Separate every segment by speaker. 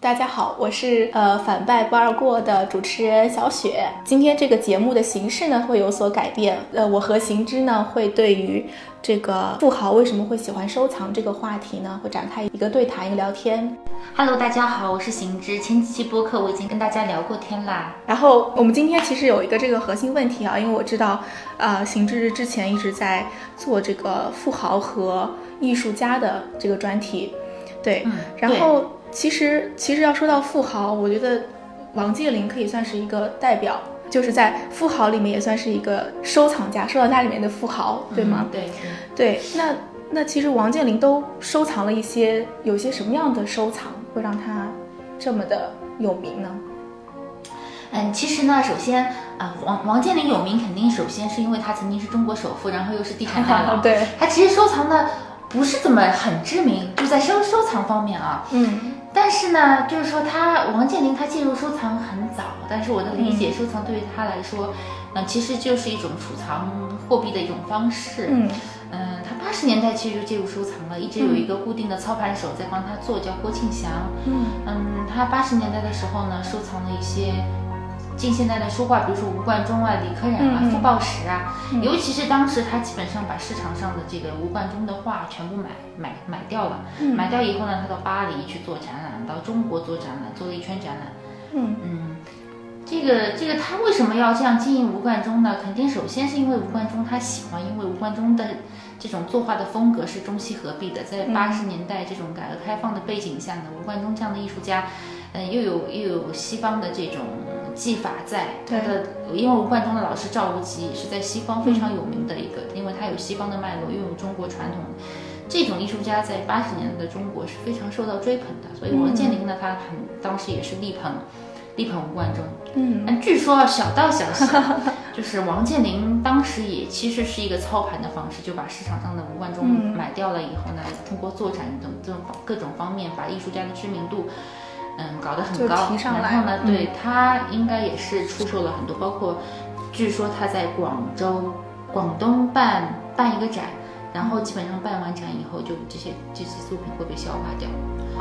Speaker 1: 大家好，我是呃反败不二过的主持人小雪。今天这个节目的形式呢会有所改变，呃，我和行知呢会对于这个富豪为什么会喜欢收藏这个话题呢，会展开一个对谈，一个聊天。
Speaker 2: Hello，大家好，我是行知。前几期播客我已经跟大家聊过天啦。
Speaker 1: 然后我们今天其实有一个这个核心问题啊，因为我知道，呃，邢志之前一直在做这个富豪和艺术家的这个专题，对。
Speaker 2: 嗯，
Speaker 1: 然
Speaker 2: 对
Speaker 1: 后其实其实要说到富豪，我觉得王健林可以算是一个代表，就是在富豪里面也算是一个收藏家，收藏家里面的富豪，对吗？
Speaker 2: 嗯对对
Speaker 1: 对，那那其实王健林都收藏了一些，有些什么样的收藏会让他这么的有名呢？
Speaker 2: 嗯，其实呢，首先，呃，王王健林有名，肯定首先是因为他曾经是中国首富，然后又是地产大佬。
Speaker 1: 对，
Speaker 2: 他其实收藏的不是怎么很知名，就在收收藏方面啊。
Speaker 1: 嗯
Speaker 2: 但是呢，就是说他王健林他介入收藏很早，但是我的理解，收藏对于他来说，嗯，其实就是一种储藏货币的一种方式。
Speaker 1: 嗯
Speaker 2: 嗯，他八十年代其实就介入收藏了，一直有一个固定的操盘手在帮他做，叫郭庆祥。
Speaker 1: 嗯
Speaker 2: 嗯，他八十年代的时候呢，收藏了一些近现代的书画，比如说吴冠中啊、李可染啊、
Speaker 1: 嗯嗯
Speaker 2: 傅抱石啊，
Speaker 1: 嗯
Speaker 2: 尤其是当时他基本上把市场上的这个吴冠中的画全部买买买掉了。
Speaker 1: 嗯
Speaker 2: 买掉以后呢，他到巴黎去做展览，到中国做展览，做了一圈展览。
Speaker 1: 嗯
Speaker 2: 嗯，这个这个他为什么要这样经营吴冠中呢？肯定首先是因为吴冠中他喜欢，因为吴冠中的这种作画的风格是中西合璧的，在
Speaker 1: 嗯
Speaker 2: 八十年代这种改革开放的背景下呢，吴冠中这样的艺术家，嗯、又有又有西方的这种技法在，他
Speaker 1: 对
Speaker 2: 的因为吴冠中的老师赵无极是在西方非常有名的一个，因为他有西方的脉络，又有中国传统。这种艺术家在八十年代的中国是非常受到追捧的，所以
Speaker 1: 嗯
Speaker 2: 王健林呢，他很当时也是力捧力捧吴冠中。
Speaker 1: 嗯
Speaker 2: 哎但据说小道消息，啊 就是王健林当时也其实是一个操盘的方式，就把市场上的吴冠中
Speaker 1: 嗯
Speaker 2: 买掉了以后呢，通过做展等这种各种方面，把艺术家的知名度。嗯，搞得很
Speaker 1: 就
Speaker 2: 高，
Speaker 1: 提上来
Speaker 2: 然后呢，
Speaker 1: 嗯
Speaker 2: 对他应该也是出售了很多，包括据说他在广州、广东办办一个展，然
Speaker 1: 嗯
Speaker 2: 后基本上办完展以后，就这些这些作品会被消化掉。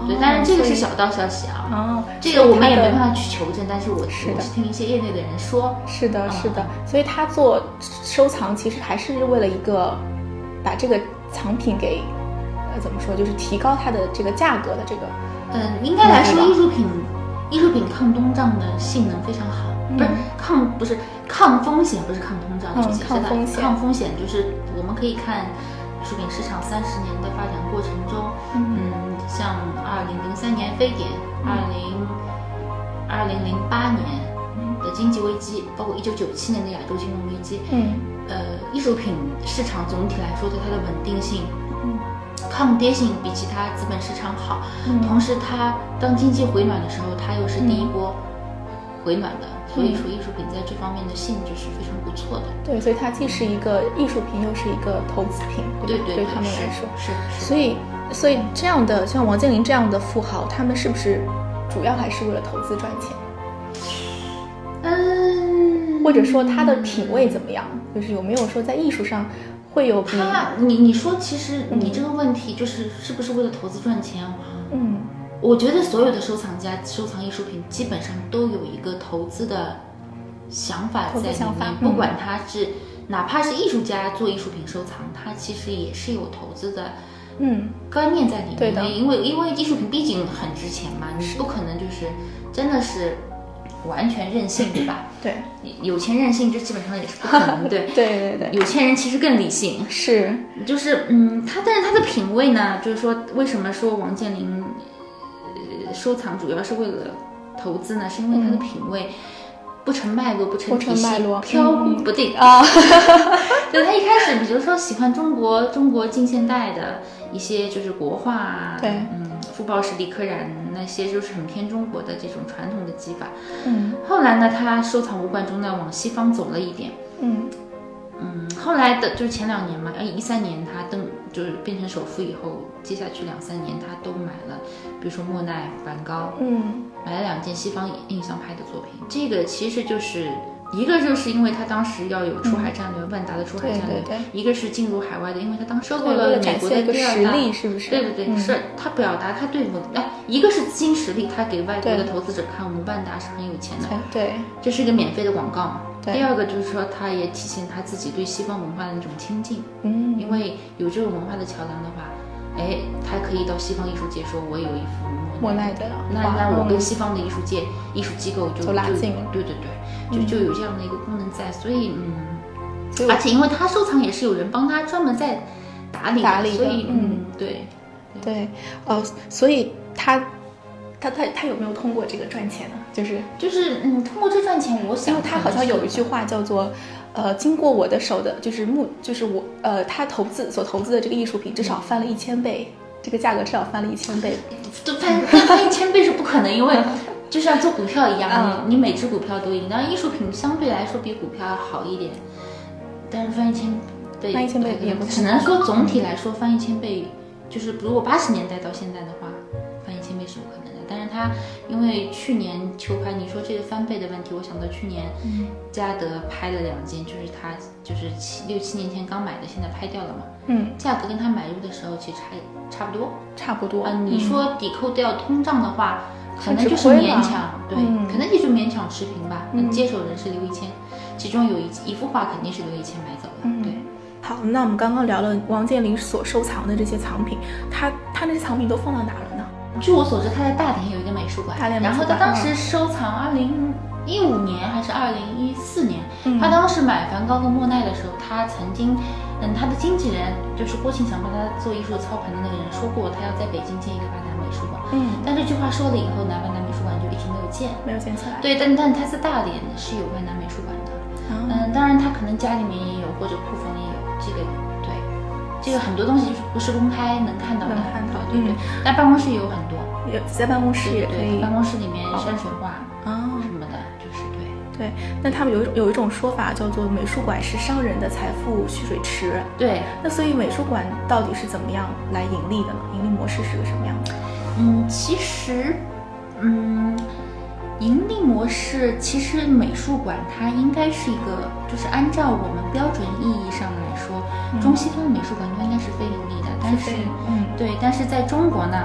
Speaker 2: 对，当然这个是小道消息啊，
Speaker 1: 哦，
Speaker 2: 这个我们也没
Speaker 1: 法。
Speaker 2: 办法去求证，但是我
Speaker 1: 是的
Speaker 2: 我是听一些业内的人说，
Speaker 1: 是的，是的，所以他做收藏其实还是为了一个把这个藏品给呃怎么说，就是提高它的这个价格的这个
Speaker 2: 嗯，应该来说
Speaker 1: 嗯
Speaker 2: 艺术品，艺术品抗通胀的性能非常好，
Speaker 1: 嗯
Speaker 2: 不是抗不是抗风险，不是抗通胀，
Speaker 1: 嗯
Speaker 2: 就是
Speaker 1: 抗风险
Speaker 2: 抗风险就是我们可以看艺术品市场三十年的发展过程中，
Speaker 1: 嗯
Speaker 2: 嗯，像二零零三年非典，
Speaker 1: 嗯
Speaker 2: 二零二零零八年的经济危机，包括一九九七年的亚洲金融危机，
Speaker 1: 嗯
Speaker 2: 呃，艺术品市场总体来说对它的稳定性、
Speaker 1: 嗯
Speaker 2: 抗跌性比其他资本市场好。
Speaker 1: 嗯
Speaker 2: 同时它当经济回暖的时候，它又是第一波回暖的，
Speaker 1: 嗯
Speaker 2: 所以说艺术品在这方面的性质是非常不错的。
Speaker 1: 对，所以它既是一个艺术品，又是一个投资品，
Speaker 2: 对
Speaker 1: 吧
Speaker 2: 对
Speaker 1: 对他们来说，
Speaker 2: 是是。
Speaker 1: 所以所以这样的像王健林这样的富豪，他们是不是主要还是为了投资赚钱，
Speaker 2: 嗯，
Speaker 1: 或者说他的品味怎么样，就是有没有说在艺术上会有比
Speaker 2: 他，你你说，其实
Speaker 1: 嗯
Speaker 2: 你这个问题就是是不是为了投资赚钱啊？
Speaker 1: 嗯
Speaker 2: 我觉得所有的收藏家收藏艺术品，基本上都有一个投资的想法
Speaker 1: 投
Speaker 2: 在
Speaker 1: 资
Speaker 2: 里
Speaker 1: 想法
Speaker 2: 面，
Speaker 1: 嗯
Speaker 2: 不管他是哪怕是艺术家做艺术品收藏，他其实也是有投资的。
Speaker 1: 嗯
Speaker 2: 观念在里面，
Speaker 1: 对的
Speaker 2: 因为因为艺术品毕竟很值钱嘛，你不可能就是真的是完全任性，对吧？
Speaker 1: 对
Speaker 2: 有钱任性这基本上也是不可能，对。
Speaker 1: 对对对
Speaker 2: 有钱人其实更理性，
Speaker 1: 是
Speaker 2: 就是嗯，他但是他的品味呢，就是说为什么说王健林呃收藏主要是为了投资呢？是因为他的品味不成脉络，不
Speaker 1: 嗯
Speaker 2: 成
Speaker 1: 不
Speaker 2: 体
Speaker 1: 成
Speaker 2: 系
Speaker 1: 脉络，
Speaker 2: 飘忽
Speaker 1: 嗯
Speaker 2: 不定
Speaker 1: 啊，
Speaker 2: 对他一开始，比如说喜欢中国中国近现代的一些就是国画啊，
Speaker 1: 对
Speaker 2: 嗯，傅抱石、李可染那些就是很偏中国的这种传统的技法。
Speaker 1: 嗯
Speaker 2: 后来呢，他收藏吴冠中呢往西方走了一点，
Speaker 1: 嗯
Speaker 2: 嗯，后来的就是前两年嘛，呃，一三年他登就是变成首富以后，接下去两三年他都买了，比如说莫奈、梵高，
Speaker 1: 嗯
Speaker 2: 买了两件西方印象派的作品，这个其实就是一个就是因为他当时要有出海战略，万达的出海
Speaker 1: 对
Speaker 2: 战略
Speaker 1: 对；对，
Speaker 2: 一个是进入海外的，因为他当时收购
Speaker 1: 为
Speaker 2: 了
Speaker 1: 了
Speaker 2: 美
Speaker 1: 展
Speaker 2: 国
Speaker 1: 现
Speaker 2: 的
Speaker 1: 一个
Speaker 2: 第
Speaker 1: 实
Speaker 2: 二大
Speaker 1: 力，是不是？
Speaker 2: 对对对，
Speaker 1: 嗯
Speaker 2: 是他表达他对我，哎，一个是金实力，他给外国的
Speaker 1: 对
Speaker 2: 投资者看我们万达是很有钱的，啊
Speaker 1: 哎对
Speaker 2: 这是一个免费的广告嘛。
Speaker 1: 对
Speaker 2: 第二个就是说，他也体现他自己对西方文化的那种亲近，
Speaker 1: 嗯，
Speaker 2: 因为有这种文化的桥梁的话，哎，他可以到西方艺术界说，我有一幅
Speaker 1: 莫
Speaker 2: 莫
Speaker 1: 奈
Speaker 2: 奈
Speaker 1: 的画，
Speaker 2: 那那我跟
Speaker 1: 嗯
Speaker 2: 西方的艺术界、艺术机构就
Speaker 1: 就拉近了嗯
Speaker 2: 对对对，就就有这样的一个功能在，所以嗯，
Speaker 1: 所以我
Speaker 2: 而且因为他收藏也是有人帮他专门在打理
Speaker 1: 打理的
Speaker 2: 所以
Speaker 1: 嗯
Speaker 2: 嗯对，
Speaker 1: 对，呃，所以他他他他有没有通过这个赚钱呢？就是
Speaker 2: 就是嗯，通过这赚钱，我
Speaker 1: 因
Speaker 2: 想
Speaker 1: 为他好像有一句话叫做，呃，经过我的手的，就是目，就是我，呃，他投资所投资的这个艺术品至少翻了一千倍，这个价格至少翻了一千倍。
Speaker 2: 对，翻翻一千倍是不可能，因为就像做股票一
Speaker 1: 嗯
Speaker 2: 样，你你每只股票都赢，但艺术品相对来说比股票要好一点，但是翻一千倍，
Speaker 1: 翻一千倍也不太
Speaker 2: 只能说总体来说翻一千倍，就是如果八十年代到现在的话，翻一千倍是不可能的。但是它因为去年秋拍，你说这个翻倍的问题，我想到去年
Speaker 1: 嗯
Speaker 2: 嘉德拍了两件，就是他就是七六七年前刚买的，现在拍掉了嘛，
Speaker 1: 嗯，
Speaker 2: 价格跟他买入的时候其实差差不多。
Speaker 1: 差不多。嗯
Speaker 2: 啊，你说抵扣掉通胀的话，可
Speaker 1: 甚
Speaker 2: 能
Speaker 1: 至
Speaker 2: 就是
Speaker 1: 亏
Speaker 2: 勉
Speaker 1: 了
Speaker 2: 强，对，
Speaker 1: 嗯
Speaker 2: 可能也就勉强持平吧。呃
Speaker 1: 嗯
Speaker 2: 接手人是刘一谦，其中有一一幅画肯定是刘一谦买走的，
Speaker 1: 嗯
Speaker 2: 对。
Speaker 1: 好，那我们刚刚聊了王健林所收藏的这些藏品，他他那些藏品都放到哪了呢？
Speaker 2: 据我所知，他在大连有一个美术馆，
Speaker 1: 大连美
Speaker 2: 然
Speaker 1: 术
Speaker 2: 后他
Speaker 1: 馆
Speaker 2: 当
Speaker 1: 嗯
Speaker 2: 时收藏二零一五年还是二零一四年，
Speaker 1: 嗯
Speaker 2: 他当时买梵高和莫奈的时候，他曾经，嗯，他的经纪人就是郭庆祥帮他做艺术操盘的那个人说过，他要在北京建一个万达美术馆，
Speaker 1: 嗯，
Speaker 2: 但这句话说了以后呢，万达美术馆就一直没有建。
Speaker 1: 没有啊捡起来。
Speaker 2: 对，但但他在大连是有万达美术馆的，
Speaker 1: 啊，
Speaker 2: 嗯，当然他可能家里面也有，或者库房里也有，这个对，这个很多东西就是不是公开能看到的，
Speaker 1: 能看到
Speaker 2: 对对对，但办公室也有很多，
Speaker 1: 也在办公室
Speaker 2: 对
Speaker 1: 也可
Speaker 2: 对，
Speaker 1: 以
Speaker 2: 办公室里面山水画
Speaker 1: 啊。
Speaker 2: 什么的，就是对
Speaker 1: 对，那他们有一种有一种说法叫做美术馆是商人的财富蓄水池。
Speaker 2: 对，
Speaker 1: 那所以美术馆到底是怎么样来盈利的呢？盈利模式是个什么样的？
Speaker 2: 嗯，其实，嗯。盈利模式其实美术馆它应该是一个，就是按照我们标准意义上来说，中西方美术馆都应该是非盈利的，但是
Speaker 1: 嗯，
Speaker 2: 对，但是在中国呢，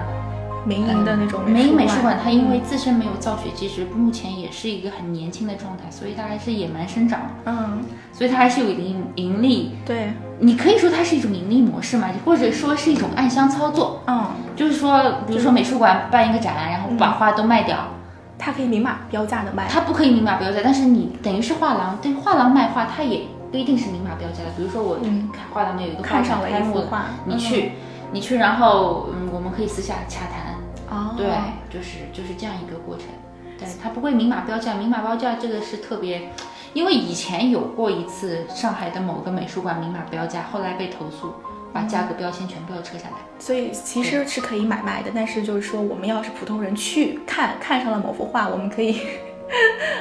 Speaker 1: 民营的那种
Speaker 2: 美
Speaker 1: 术
Speaker 2: 美术馆它因为
Speaker 1: 嗯
Speaker 2: 自身没有造血机制，目前也是一个很年轻的状态，所以它还是野蛮生长，
Speaker 1: 嗯，
Speaker 2: 所以它还是有盈盈利。
Speaker 1: 对，
Speaker 2: 你可以说它是一种盈利模式嘛，或者说是一种暗箱操作，
Speaker 1: 嗯，
Speaker 2: 就是说，比如说美术馆办一个展，然后把画都卖掉，
Speaker 1: 它可以明码标价的卖，
Speaker 2: 它不可以明码标价，但是你等于是画廊对画廊卖画，它也不一定是明码标价的。比如说我
Speaker 1: 嗯
Speaker 2: 看画廊的有一个画
Speaker 1: 看上
Speaker 2: 展
Speaker 1: 了
Speaker 2: 开
Speaker 1: 一
Speaker 2: 幕
Speaker 1: 幅
Speaker 2: 了，
Speaker 1: 画，嗯
Speaker 2: 你去，你去，然后嗯，我们可以私下洽谈。
Speaker 1: 嗯哦，
Speaker 2: 对，就是就是这样一个过程。对，它不会明码标价，明码标价这个是特别，因为以前有过一次上海的某个美术馆明码标价，后来被投诉，把价格标签全部要撤下来。
Speaker 1: 所以其
Speaker 2: 嗯
Speaker 1: 实是可以买卖的，但是就是说我们要是普通人去看看上了某幅画，我们可以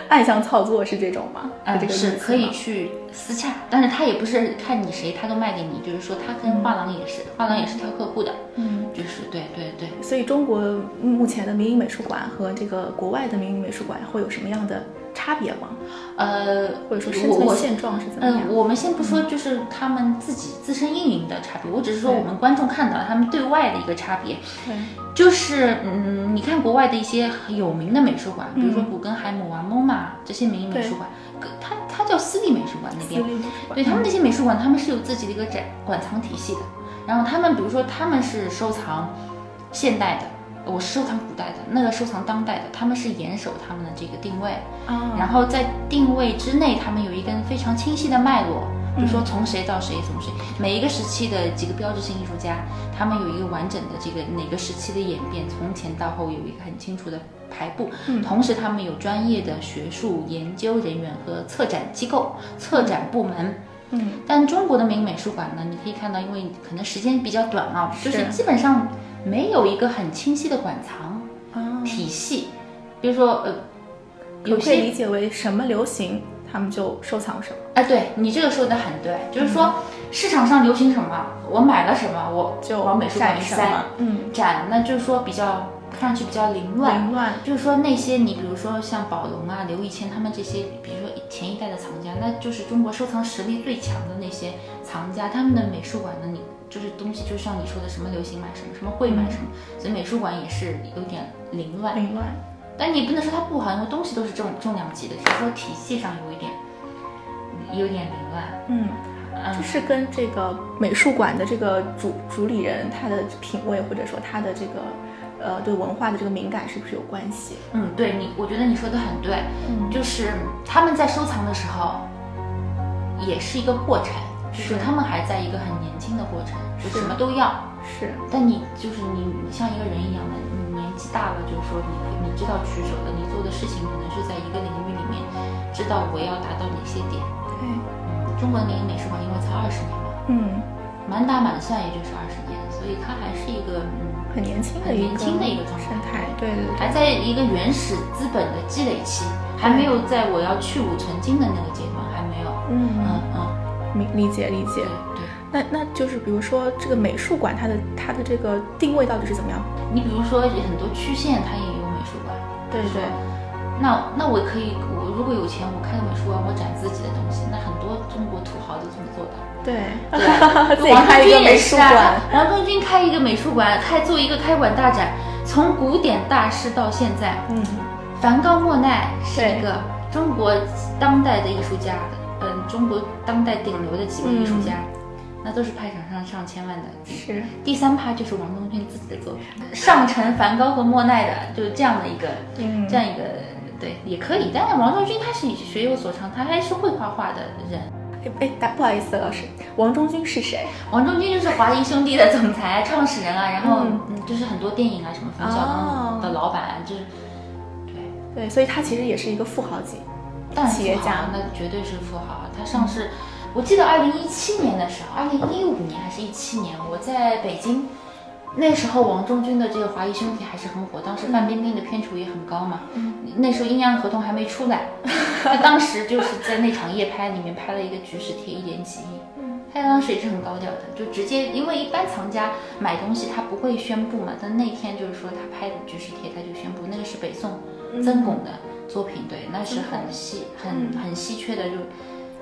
Speaker 1: 暗箱操作是这种吗？
Speaker 2: 嗯
Speaker 1: 这，个意
Speaker 2: 是
Speaker 1: 思
Speaker 2: 可以
Speaker 1: 吗
Speaker 2: 去私洽，但是他也不是看你谁，他都卖给你，就是说他跟画廊也是，画廊也是挑客户的，
Speaker 1: 嗯。
Speaker 2: 就是对对对。
Speaker 1: 所以中国目前的民营美术馆和这个国外的民营美术馆会有什么样的差别吗？
Speaker 2: 呃，
Speaker 1: 或者说生
Speaker 2: 我
Speaker 1: 存
Speaker 2: 我
Speaker 1: 现状是怎么样
Speaker 2: 嗯，？我们先不说就是他们自己自身运营的差别，我只是说
Speaker 1: 对
Speaker 2: 我们观众看到他们对外的一个差别。
Speaker 1: 对，
Speaker 2: 就是嗯，你看国外的一些很有名的美术馆，比如说
Speaker 1: 嗯
Speaker 2: 古根海姆啊、MoMA 这些民营美术馆，可它它叫私立美术馆那
Speaker 1: 私
Speaker 2: 边，
Speaker 1: 立美术馆，
Speaker 2: 嗯对他们那些美术馆，他们是有自己的一个展馆藏体系的。然后他们比如说他们是收藏现代的，我是收藏古代的，那个收藏当代的，他们是严守他们的这个定位。
Speaker 1: 啊，
Speaker 2: 然后在定位之内，他们有一根非常清晰的脉络，
Speaker 1: 嗯
Speaker 2: 就说从谁到谁，从谁，每一个时期的几个标志性艺术家，他们有一个完整的这个哪个时期的演变，从前到后有一个很清楚的排布。
Speaker 1: 嗯
Speaker 2: 同时，他们有专业的学术研究人员和策展机构、策展部门。
Speaker 1: 嗯，
Speaker 2: 但中国的民营美术馆呢，你可以看到，因为可能时间比较短啊，
Speaker 1: 是
Speaker 2: 就是基本上没有一个很清晰的馆藏
Speaker 1: 啊，
Speaker 2: 体系，比如说呃。
Speaker 1: 有
Speaker 2: 有
Speaker 1: 可以
Speaker 2: 些
Speaker 1: 理解为什么流行，他们就收藏什么，
Speaker 2: 哎，对你这个说的很对，就是说市场上流行什么，我买了什么，我
Speaker 1: 就
Speaker 2: 往美术馆
Speaker 1: 展
Speaker 2: 一
Speaker 1: 什
Speaker 2: 塞
Speaker 1: 么，嗯，
Speaker 2: 展，那就是说比较看上去比较凌乱。
Speaker 1: 凌乱，
Speaker 2: 就是说那些你比如说像宝龙啊、刘一谦他们这些，比如说前一代的藏家，那就是中国收藏实力最强的那些藏家，他们的美术馆呢，你就是东西，就像你说的，什么流行买什么，什么会买什么，
Speaker 1: 嗯
Speaker 2: 所以美术馆也是有点凌乱。
Speaker 1: 凌乱。
Speaker 2: 但你不能说它不好，因为东西都是重重量级的，只是说体系上有一点有点凌乱。
Speaker 1: 嗯，
Speaker 2: 嗯
Speaker 1: 就，是跟这个美术馆的这个主主理人他的品味，或者说他的这个呃对文化的这个敏感，是不是有关系？
Speaker 2: 嗯，对你，我觉得你说的很对，
Speaker 1: 嗯
Speaker 2: 就是他们在收藏的时候，也是一个过程，就是
Speaker 1: 是
Speaker 2: 他们还在一个很年轻的过程，就是什么都要。
Speaker 1: 是，
Speaker 2: 但你就是你，你像一个人一样的，你年纪大了，就是说你你知道取舍了，你做的事情可能是在一个领域里面，知道我要达到哪些点。
Speaker 1: 对，
Speaker 2: 嗯，中国那个美术馆因为才二十年嘛，
Speaker 1: 嗯，
Speaker 2: 满打满算也就是二十年，所以它还是一个嗯
Speaker 1: 很年轻的
Speaker 2: 很
Speaker 1: 一个
Speaker 2: 年轻的一个状
Speaker 1: 生
Speaker 2: 态
Speaker 1: 态，对对对，
Speaker 2: 还在一个原始资本的积累期，还没有在我要去芜存菁的那个阶段，还没有。嗯
Speaker 1: 嗯，
Speaker 2: 嗯，
Speaker 1: 明理解理解
Speaker 2: 对。对。
Speaker 1: 那那就是比如说这个美术馆，它的它的这个定位到底是怎么样？
Speaker 2: 你比如说很多区县它也有美术馆，
Speaker 1: 对对，
Speaker 2: 那那我可以，我如果有钱，我开个美术馆，我展自己的东西，那很多中国土豪都这么做的。
Speaker 1: 对， 自
Speaker 2: 对，
Speaker 1: 己
Speaker 2: 啊王
Speaker 1: 开
Speaker 2: 中
Speaker 1: 一个
Speaker 2: 军也
Speaker 1: 美
Speaker 2: 是
Speaker 1: 术
Speaker 2: 啊
Speaker 1: 馆，，
Speaker 2: 王中军开一个美术馆，开做一个开馆大展，从古典大师到现在，
Speaker 1: 嗯，
Speaker 2: 梵高、莫奈是
Speaker 1: 对
Speaker 2: 一个中国当代的艺术家，嗯，中国当代顶流的几
Speaker 1: 嗯
Speaker 2: 位艺术家，那都是拍场上上千万的。
Speaker 1: 是
Speaker 2: 第三趴就是王中军自己的作品，上承梵高和莫奈的，就是这样的一个，
Speaker 1: 嗯
Speaker 2: 这样一个。对，也可以，但是王中军他是学有所长，他还是会画画的人。
Speaker 1: 哎哎，打不好意思，老师，王中军是谁？
Speaker 2: 王中军就是华谊兄弟的总裁、创始人啊，然后
Speaker 1: 嗯
Speaker 2: 嗯，就是很多电影啊，什么冯小
Speaker 1: 哦
Speaker 2: 刚的老板啊，就是对，
Speaker 1: 对，所以他其实也是一个富豪级，
Speaker 2: 但
Speaker 1: 企业家
Speaker 2: 那绝对是富豪。啊他上市，我记得二零一七年的时候，二零一五年还是一七年，我在北京，那时候王中军的这个《华谊兄弟》还是很火，当时范冰冰的片酬也很高嘛。
Speaker 1: 嗯
Speaker 2: 那时候《阴阳合同》还没 出来，他当时就是在那场夜拍里面拍了一个局势贴一点几亿。
Speaker 1: 嗯
Speaker 2: 他当时也是很高调的，就直接，因为一般藏家买东西他不会宣布嘛，但那天就是说他拍的局势贴，他就宣布那个是北宋曾巩的作品，对，那是很稀很很稀缺的，就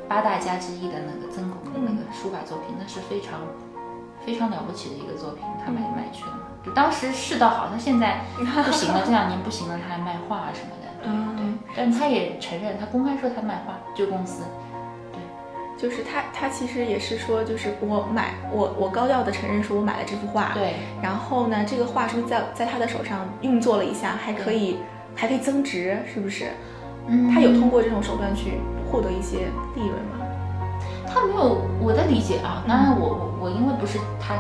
Speaker 2: 八大家之一的那个曾巩的那个书法作品，那是非常非常了不起的一个作品，他买买去了嘛，就当时世道好，他现在不行了，这两年不行了，他还卖画啊什么的，对对，但他也承认，他公开说他卖画，就公司，
Speaker 1: 就是他，他其实也是说，就是我买我我高调的承认说我买了这幅画，，
Speaker 2: 对。
Speaker 1: 然后呢，这个画是不是在在他的手上运作了一下，还可以还可以增值，是不是？
Speaker 2: 嗯
Speaker 1: 他有通过这种手段去获得一些利润吗？
Speaker 2: 他没有我的理解啊，当然我我我因为不是他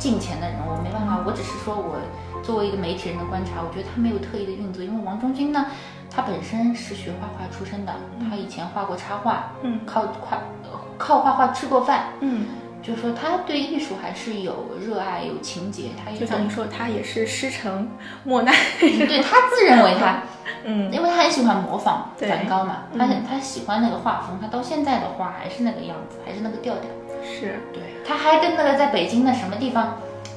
Speaker 2: 进钱的人，我没办法，我只是说我作为一个媒体人的观察，我觉得他没有特意的运作，因为王中军呢，他本身是学画画出身的，他以前画过插画，
Speaker 1: 嗯
Speaker 2: 靠画呃靠画画吃过饭，
Speaker 1: 嗯，
Speaker 2: 就是说他对艺术还是有热爱有情节，他也
Speaker 1: 就像你说，他也是师承莫奈，
Speaker 2: 对他自认为他，
Speaker 1: 嗯，
Speaker 2: 因为他很喜欢模仿
Speaker 1: 对嗯
Speaker 2: 梵高嘛，他很他喜欢那个画风，他到现在的画还是那个样子，还是那个调调。
Speaker 1: 是，
Speaker 2: 对，他还跟那个在北京的什么地方，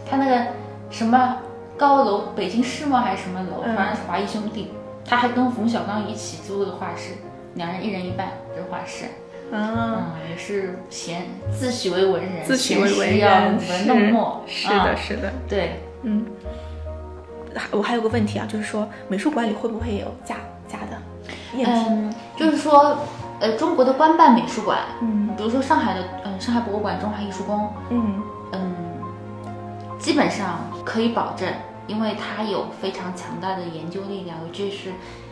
Speaker 2: 他那个什么高楼，北京世贸还是什么楼，
Speaker 1: 嗯
Speaker 2: 反正是华谊兄弟，他还跟冯小刚一起租了个画室，两人一人一半这个画室，
Speaker 1: 嗯，
Speaker 2: 嗯，也是闲自诩为文人，
Speaker 1: 自诩为文
Speaker 2: 闲时要
Speaker 1: 人，
Speaker 2: 文弄墨，
Speaker 1: 是是的，
Speaker 2: 嗯
Speaker 1: 是的，
Speaker 2: 对，
Speaker 1: 嗯。还我还有个问题啊，就是说美术馆里会不会有假假的赝品？
Speaker 2: 嗯，就是说，呃，中国的官办美术馆，
Speaker 1: 嗯
Speaker 2: 比如说上海的，嗯，上海博物馆、中华艺术宫，
Speaker 1: 嗯
Speaker 2: 嗯，基本上可以保证，因为它有非常强大的研究力量，尤其是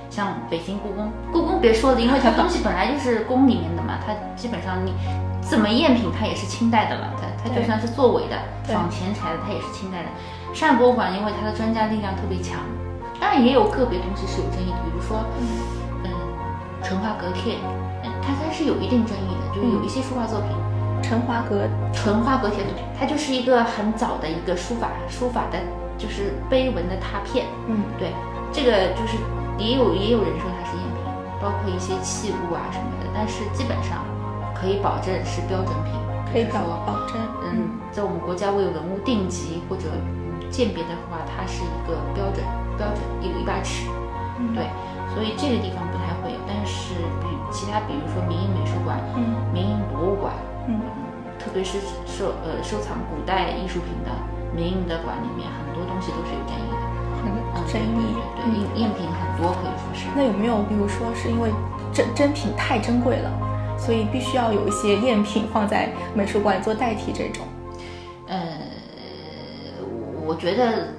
Speaker 2: 像北京故宫，故宫别说了，因为它东西本来就是宫里面的嘛，它基本上你怎么赝品，它也是清代的了，它它就
Speaker 1: 对
Speaker 2: 算是作伪的，
Speaker 1: 对
Speaker 2: 仿钱财的，它也是清代的。上海博物馆因为它的专家力量特别强，当然也有个别东西是有争议的，比如说，嗯，淳化阁帖，嗯它它是有一定争议的，就是有一些书画作品。
Speaker 1: 陈华阁
Speaker 2: 纯花格帖，它就是一个很早的一个书法书法的，就是碑文的拓片。
Speaker 1: 嗯
Speaker 2: 对，这个就是也有也有人说它是赝品，包括一些器物啊什么的，但是基本上可以保证是标准品，
Speaker 1: 可以
Speaker 2: 就是
Speaker 1: 保
Speaker 2: 说
Speaker 1: 保真，
Speaker 2: 嗯，在我们国家为文物定级或者嗯鉴别的话，它是一个标准。标准，有一把尺，
Speaker 1: 嗯
Speaker 2: 对，所以这个地方不太会有。但是比其他，比如说民营美术馆、
Speaker 1: 嗯
Speaker 2: 民营博物馆，
Speaker 1: 嗯
Speaker 2: 特别是收呃收藏古代艺术品的民营的馆里面，很多东西都是有争议的。
Speaker 1: 很
Speaker 2: 嗯，
Speaker 1: 争哦议。
Speaker 2: 对对
Speaker 1: 嗯，
Speaker 2: 对，赝赝品很多可以说是。
Speaker 1: 那有没有比如说是因为真真品太珍贵了，所以必须要有一些赝品放在美术馆做代替这种？
Speaker 2: 呃，我觉得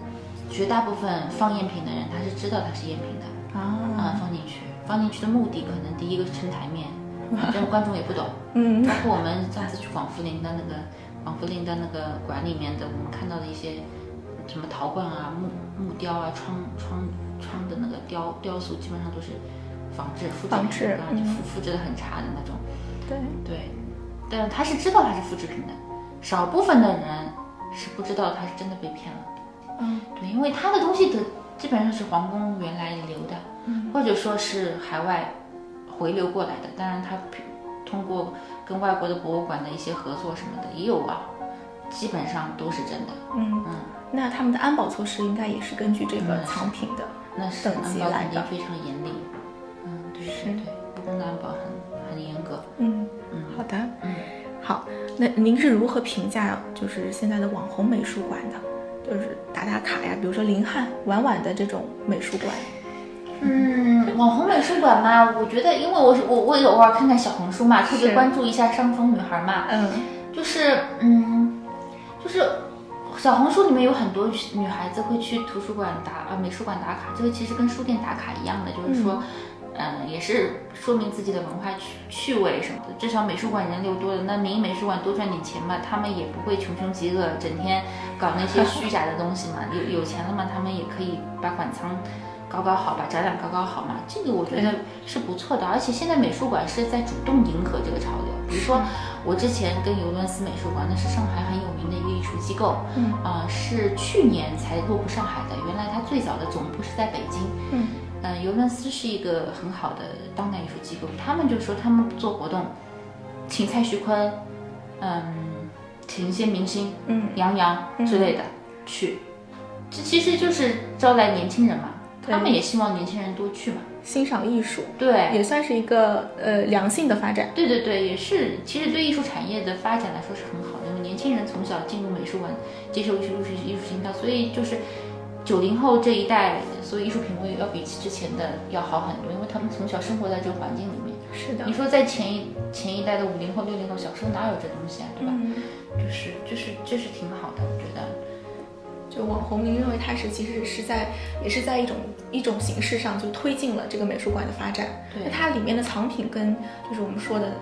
Speaker 2: 绝大部分放赝品的人，他是知道它是赝品的，啊、
Speaker 1: 啊，
Speaker 2: 放进去，放进去的目的可能第一个是撑台 面，这种观众也不懂。
Speaker 1: 嗯
Speaker 2: 包括我们上次去广福林的那个广福林的那个馆里面的，我们看到的一些什么陶罐啊、木木雕啊、窗窗窗的那个雕雕塑，基本上都是仿制复制
Speaker 1: 仿
Speaker 2: 品
Speaker 1: 制
Speaker 2: 啊
Speaker 1: 嗯
Speaker 2: 复复制的很差的那种。
Speaker 1: 对，
Speaker 2: 对，但是他是知道它是复制品的，少部分的人是不知道他是真的被骗了。
Speaker 1: 嗯
Speaker 2: 对，因为他的东西的基本上是皇宫原来留的，
Speaker 1: 嗯
Speaker 2: 或者说是海外回流过来的。当然，他通过跟外国的博物馆的一些合作什么的也有啊，基本上都是真的。
Speaker 1: 嗯，
Speaker 2: 嗯，
Speaker 1: 那他们的安保措施应该也是根据这个藏品的。
Speaker 2: 那是
Speaker 1: 等
Speaker 2: 安
Speaker 1: 级
Speaker 2: 保
Speaker 1: 来
Speaker 2: 肯定
Speaker 1: 的
Speaker 2: 非常严厉。嗯，对
Speaker 1: 是
Speaker 2: 对对，故宫的安保很很严格。
Speaker 1: 嗯，
Speaker 2: 嗯
Speaker 1: 好的，
Speaker 2: 嗯。
Speaker 1: 好，那您是如何评价就是现在的网红美术馆的？就是打打卡呀，比如说林汉、婉婉的这种美术馆。
Speaker 2: 嗯，网红美术馆嘛，我觉得，因为我是我我也偶尔看看小红书嘛，特别
Speaker 1: 是
Speaker 2: 关注一下伤风女孩嘛，
Speaker 1: 嗯
Speaker 2: 就是嗯，就是小红书里面有很多女孩子会去图书馆打呃美术馆打卡，这个其实跟书店打卡一样的，就是说。嗯也是说明自己的文化趣趣味什么的。至少美术馆人流多了，那民营美术馆多赚点钱嘛，他们也不会穷凶极恶，整天搞那些虚假的东西嘛。有有钱了嘛，他们也可以把馆藏搞搞好，把展览搞搞好嘛。这个我觉得是不错的，而且现在美术馆是在主动迎合这个潮流。比如说，我之前跟尤伦斯美术馆，那是上海很有名的一个艺术机构，
Speaker 1: 嗯
Speaker 2: 啊、是去年才落户上海的。原来它最早的总部是在北京。
Speaker 1: 嗯
Speaker 2: 嗯，尤伦斯是一个很好的当代艺术机构，他们就说他们做活动，请蔡徐坤，嗯，请一些明星，
Speaker 1: 嗯
Speaker 2: 杨洋之类的、去，这其实就是招来年轻人嘛，他们也希望年轻人多去嘛。
Speaker 1: 欣赏艺术
Speaker 2: 对，
Speaker 1: 也算是一个呃良性的发展。
Speaker 2: 对对对，也是，其实对艺术产业的发展来说是很好的，因为年轻人从小进入美术馆，接受艺术艺术艺术熏陶，所以就是九零后这一代，所以艺术品味要比之前的要好很多，因为他们从小生活在这个环境里面。
Speaker 1: 是的
Speaker 2: 你，说在前一前一代的五零后、六零后，小时候哪有这东西啊，对吧？就是就是这是挺好的，我觉得。
Speaker 1: 就网红，您认为它是其实是在也是在一种一种形式上就推进了这个美术馆的发展。
Speaker 2: 对
Speaker 1: 那它里面的藏品跟就是我们说的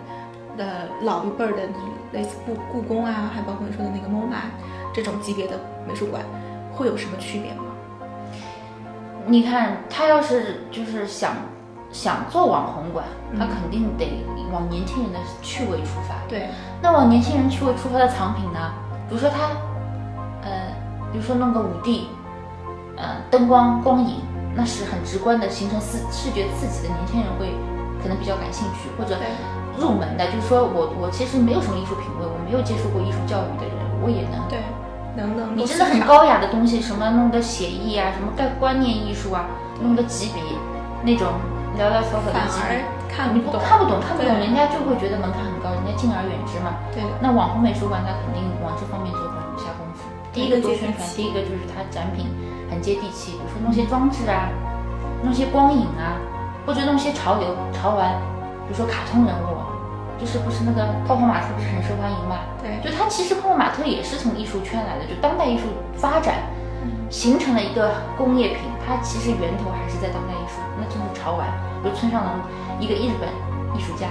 Speaker 1: 呃老一辈儿的类似故故宫啊，还包括你说的那个 MoMA 这种级别的美术馆，会有什么区别吗？
Speaker 2: 你看他要是就是想想做网红馆，
Speaker 1: 嗯
Speaker 2: 他肯定得往年轻人的趣味出发。
Speaker 1: 对，
Speaker 2: 那往年轻人趣味出发的藏品呢？比如说他，呃，比如说弄个五 D，呃，灯光光影，那是很直观的，形成视视觉刺激的，年轻人会可能比较感兴趣，或者入门的，就是说我我其实没有什么艺术品味，我没有接受过艺术教育的人，我也能
Speaker 1: 对，能能
Speaker 2: 你
Speaker 1: 够
Speaker 2: 真的
Speaker 1: 欣
Speaker 2: 很
Speaker 1: 赏
Speaker 2: 高雅的东西，什么弄个写意啊，什么概观念艺术啊，弄个几笔那种寥寥草草的
Speaker 1: 反
Speaker 2: 几笔，
Speaker 1: 而看
Speaker 2: 你
Speaker 1: 不
Speaker 2: 不
Speaker 1: 懂，
Speaker 2: 看不懂，看不懂，
Speaker 1: 对
Speaker 2: 人家就会觉得门槛很高，人家敬而远之嘛。
Speaker 1: 对的，
Speaker 2: 那网红美术馆，它肯定往这方面做下功夫。第一个做宣传，第一个就是它展品很接地气，比如说弄些装置啊，弄些光影啊，或者弄些潮流潮玩，比如说卡通人物啊，就是不是那个泡泡玛特不是很受欢迎嘛？
Speaker 1: 对
Speaker 2: 就它其实泡泡玛特也是从艺术圈来的，就当代艺术发展
Speaker 1: 嗯
Speaker 2: 形成了一个工业品，它其实源头还是在当代艺术，那就是潮玩，比如村上隆一个日本艺术家，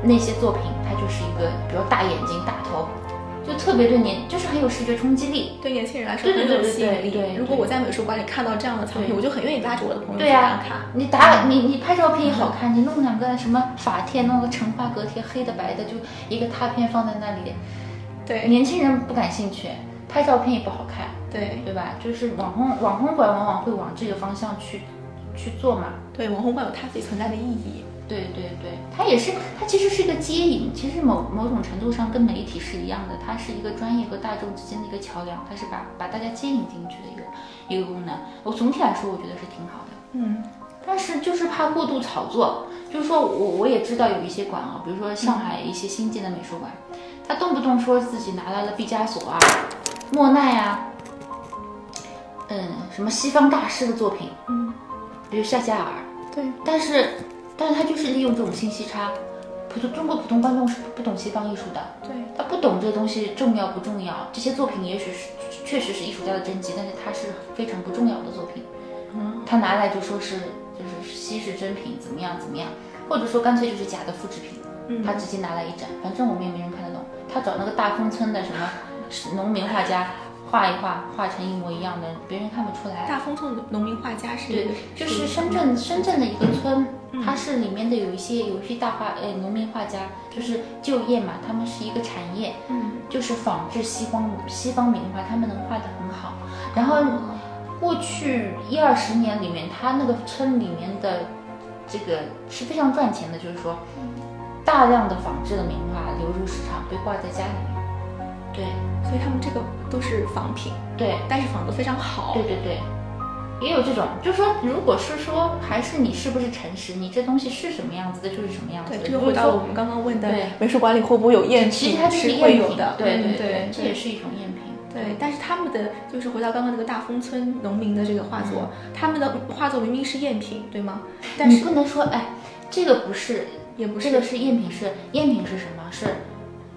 Speaker 2: 那些作品它就是一个，比如大眼睛、大头，就特别对年，就是很有视觉冲击力。
Speaker 1: 对年轻人来说
Speaker 2: 对
Speaker 1: 很
Speaker 2: 对
Speaker 1: 有
Speaker 2: 对
Speaker 1: 吸引
Speaker 2: 对
Speaker 1: 力。
Speaker 2: 对对
Speaker 1: 如果我在美术馆里看到这样的藏品，
Speaker 2: 对
Speaker 1: 我就很愿意拉着我的朋友去
Speaker 2: 对啊呀
Speaker 1: 打卡。
Speaker 2: 你打你你拍照片也好看，你弄两个什么法帖，弄个成花格贴，黑的白的，就一个拓片放在那里，
Speaker 1: 对
Speaker 2: 年轻人不感兴趣，拍照片也不好看。
Speaker 1: 对
Speaker 2: 对吧？就是网红网红馆往往会往这个方向去去做嘛。
Speaker 1: 对，网红馆有它自己存在的意义。
Speaker 2: 对对对，它也是，它其实是一个接引，其实某某种程度上跟媒体是一样的，它是一个专业和大众之间的一个桥梁，它是把把大家接引进去的一个一个功能。我总体来说，我觉得是挺好的，
Speaker 1: 嗯
Speaker 2: 但是就是怕过度炒作，就是说我我也知道有一些馆啊，比如说上海一些新建的美术馆，他动不动说自己拿来了毕加索啊、莫奈啊，嗯，什么西方大师的作品，
Speaker 1: 嗯，
Speaker 2: 比如夏加尔，
Speaker 1: 对，
Speaker 2: 但是，但是他就是利用这种信息差，普通中国普通观众是不懂西方艺术的，
Speaker 1: 对，
Speaker 2: 他不懂这东西重要不重要。这些作品也许是确实是艺术家的真迹，但是它是非常不重要的作品。
Speaker 1: 嗯，
Speaker 2: 他拿来就说是就是稀世珍品，怎么样怎么样，或者说干脆就是假的复制品，
Speaker 1: 嗯
Speaker 2: 他直接拿来一展，反正我们也没人看得懂。他找那个大丰村的什么是农民画家画一画，画成一模一样的，别人看不出来。
Speaker 1: 大丰村农民画家是一
Speaker 2: 对
Speaker 1: 个，
Speaker 2: 就是深圳深圳的一个村，它是里面的有一些有一批大画呃农民画家，就是就业嘛，他们是一个产业，
Speaker 1: 嗯
Speaker 2: 就是仿制西方西方名画，他们能画得很好。然后过去一二十年里面，他那个村里面的这个是非常赚钱的，就是说大量的仿制的名画流入市场，被挂在家里面。对
Speaker 1: 所以他们这个都是仿品，
Speaker 2: 对，
Speaker 1: 但是仿得非常好
Speaker 2: 对。对对，也有这种，就是说，如果是说，还是你是不是诚实，你这东西是什么样子的，就是什么样子
Speaker 1: 对，
Speaker 2: 的。
Speaker 1: 这就
Speaker 2: 不
Speaker 1: 回
Speaker 2: 是
Speaker 1: 到
Speaker 2: 说
Speaker 1: 我们刚刚问的
Speaker 2: 对，
Speaker 1: 美术馆里会不会有赝
Speaker 2: 其
Speaker 1: 品
Speaker 2: 实它？就是是赝
Speaker 1: 会
Speaker 2: 品
Speaker 1: 有的，
Speaker 2: 对
Speaker 1: 嗯
Speaker 2: 对
Speaker 1: 对，
Speaker 2: 这也是一种赝品。
Speaker 1: 对，但是他们的就是回到刚刚那个大丰村农民的这个画作，
Speaker 2: 嗯
Speaker 1: 他们的画作明明是赝品，对吗？但
Speaker 2: 你
Speaker 1: 是
Speaker 2: 不能说，哎，这个不是，
Speaker 1: 也不
Speaker 2: 这
Speaker 1: 是
Speaker 2: 个是赝品，是赝品是什么？是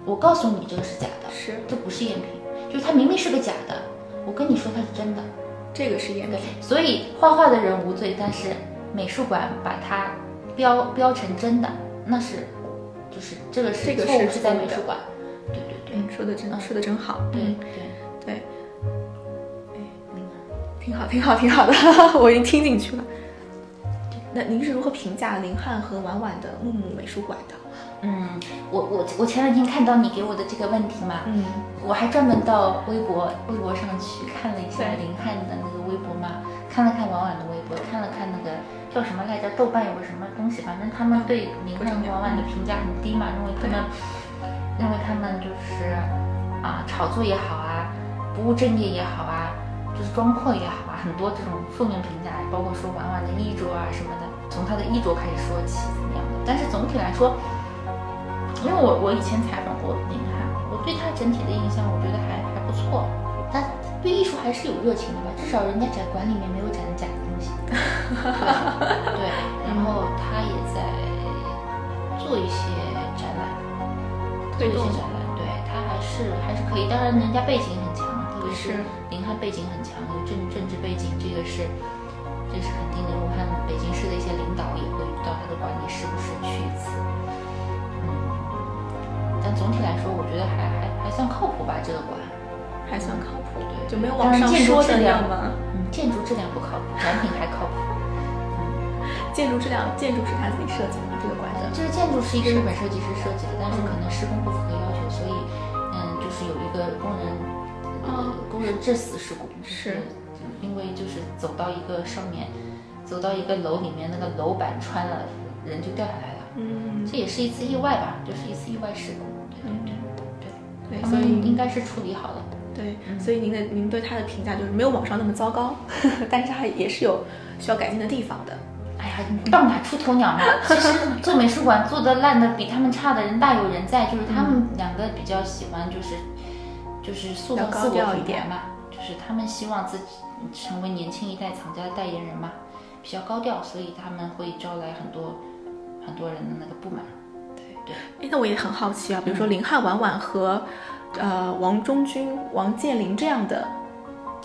Speaker 2: 我告诉你这个是假的，
Speaker 1: 是
Speaker 2: 这不是赝品，就是它明明是个假的，我跟你说它是真的。
Speaker 1: 这个是赝品
Speaker 2: 对，，所以画画的人无罪，但是美术馆把它标标成真的，那是就是这个
Speaker 1: 这
Speaker 2: 是
Speaker 1: 个
Speaker 2: 错误
Speaker 1: 是
Speaker 2: 是在
Speaker 1: 错误
Speaker 2: 美
Speaker 1: 的
Speaker 2: 术馆，对对对
Speaker 1: 嗯，说的真
Speaker 2: 嗯
Speaker 1: 说的真好，
Speaker 2: 对
Speaker 1: 嗯，
Speaker 2: 对，
Speaker 1: 对，
Speaker 2: 明白。
Speaker 1: 挺好，挺好，挺好的， 我已经听进去了。那您是如何评价林汉和婉婉的木木美术馆的？
Speaker 2: 嗯，我我我前两天看到你给我的这个问题嘛，
Speaker 1: 嗯，
Speaker 2: 我还专门到微博微博上去看了一下
Speaker 1: 对
Speaker 2: 林汉的那个微博嘛，看了看婉婉的微博，看了看那个叫什么来着，豆瓣有个什么东西，反正他们对林汉和婉婉的评价很低嘛，认为他们认为他们就是啊炒作也好啊，不务正业也好啊，就是装阔也好啊，很多这种负面评价，包括说婉婉的衣着啊什么的，从她的衣着开始说起怎么样的，但是总体来说。因为我我以前采访过林汉，我对他整体的印象，我觉得还还不错。他对艺术还是有热情的吧，至少人家展馆里面没有展假的东西。对，然后他也在做一些展览，
Speaker 1: 推
Speaker 2: 做一
Speaker 1: 动
Speaker 2: 些展览。对他还是还是可以，当然人家背景很强，特别是
Speaker 1: 是
Speaker 2: 林汉背景很强，有政政治背景，这个是这是肯定的。武汉北京市的一些领导也会到他的馆里，时不时去一次。嗯但总体来说，我觉得还还还算靠谱吧，这个馆。
Speaker 1: 还算靠谱，
Speaker 2: 对，
Speaker 1: 就没有
Speaker 2: 当
Speaker 1: 网
Speaker 2: 然
Speaker 1: 上
Speaker 2: 建筑
Speaker 1: 说
Speaker 2: 质
Speaker 1: 的那
Speaker 2: 量
Speaker 1: 样吗？
Speaker 2: 嗯，建筑质量不靠谱，展品还靠谱。
Speaker 1: 建筑质量，建筑是他自己设计的吗？这个馆的，
Speaker 2: 这个建筑是一个日本设计师设计的，但是可能施工不符合要求，所以嗯，就是有一个工人，呃
Speaker 1: 哦，
Speaker 2: 工人致死事故，
Speaker 1: 是
Speaker 2: 因为就是走到一个上面，走到一个楼里面，那个楼板穿了，人就掉下来了。
Speaker 1: 嗯，
Speaker 2: 这也是一次意外吧，就是一次意外事故。对对对
Speaker 1: 嗯对，
Speaker 2: 对，他
Speaker 1: 所
Speaker 2: 们应
Speaker 1: 以
Speaker 2: 该是处理好了。
Speaker 1: 对，所以您的您对他的评价就是没有网上那么糟糕， 但是他也是有需要改进的地方的。
Speaker 2: 哎呀，棒打出 头鸟嘛！其实做美术馆做的烂的比他们差的人大有人在，就是他们两个比较喜欢就是就是塑造
Speaker 1: 要高
Speaker 2: 自
Speaker 1: 调
Speaker 2: 我
Speaker 1: 一
Speaker 2: 品牌
Speaker 1: 点
Speaker 2: 嘛，就是他们希望自己成为年轻一代藏家的代言人嘛，比较高调，所以他们会招来很多很多人的那个不满。
Speaker 1: 哎，那我也很好奇啊，比如说
Speaker 2: 嗯
Speaker 1: 林汉、婉婉和呃王中军、王健林这样的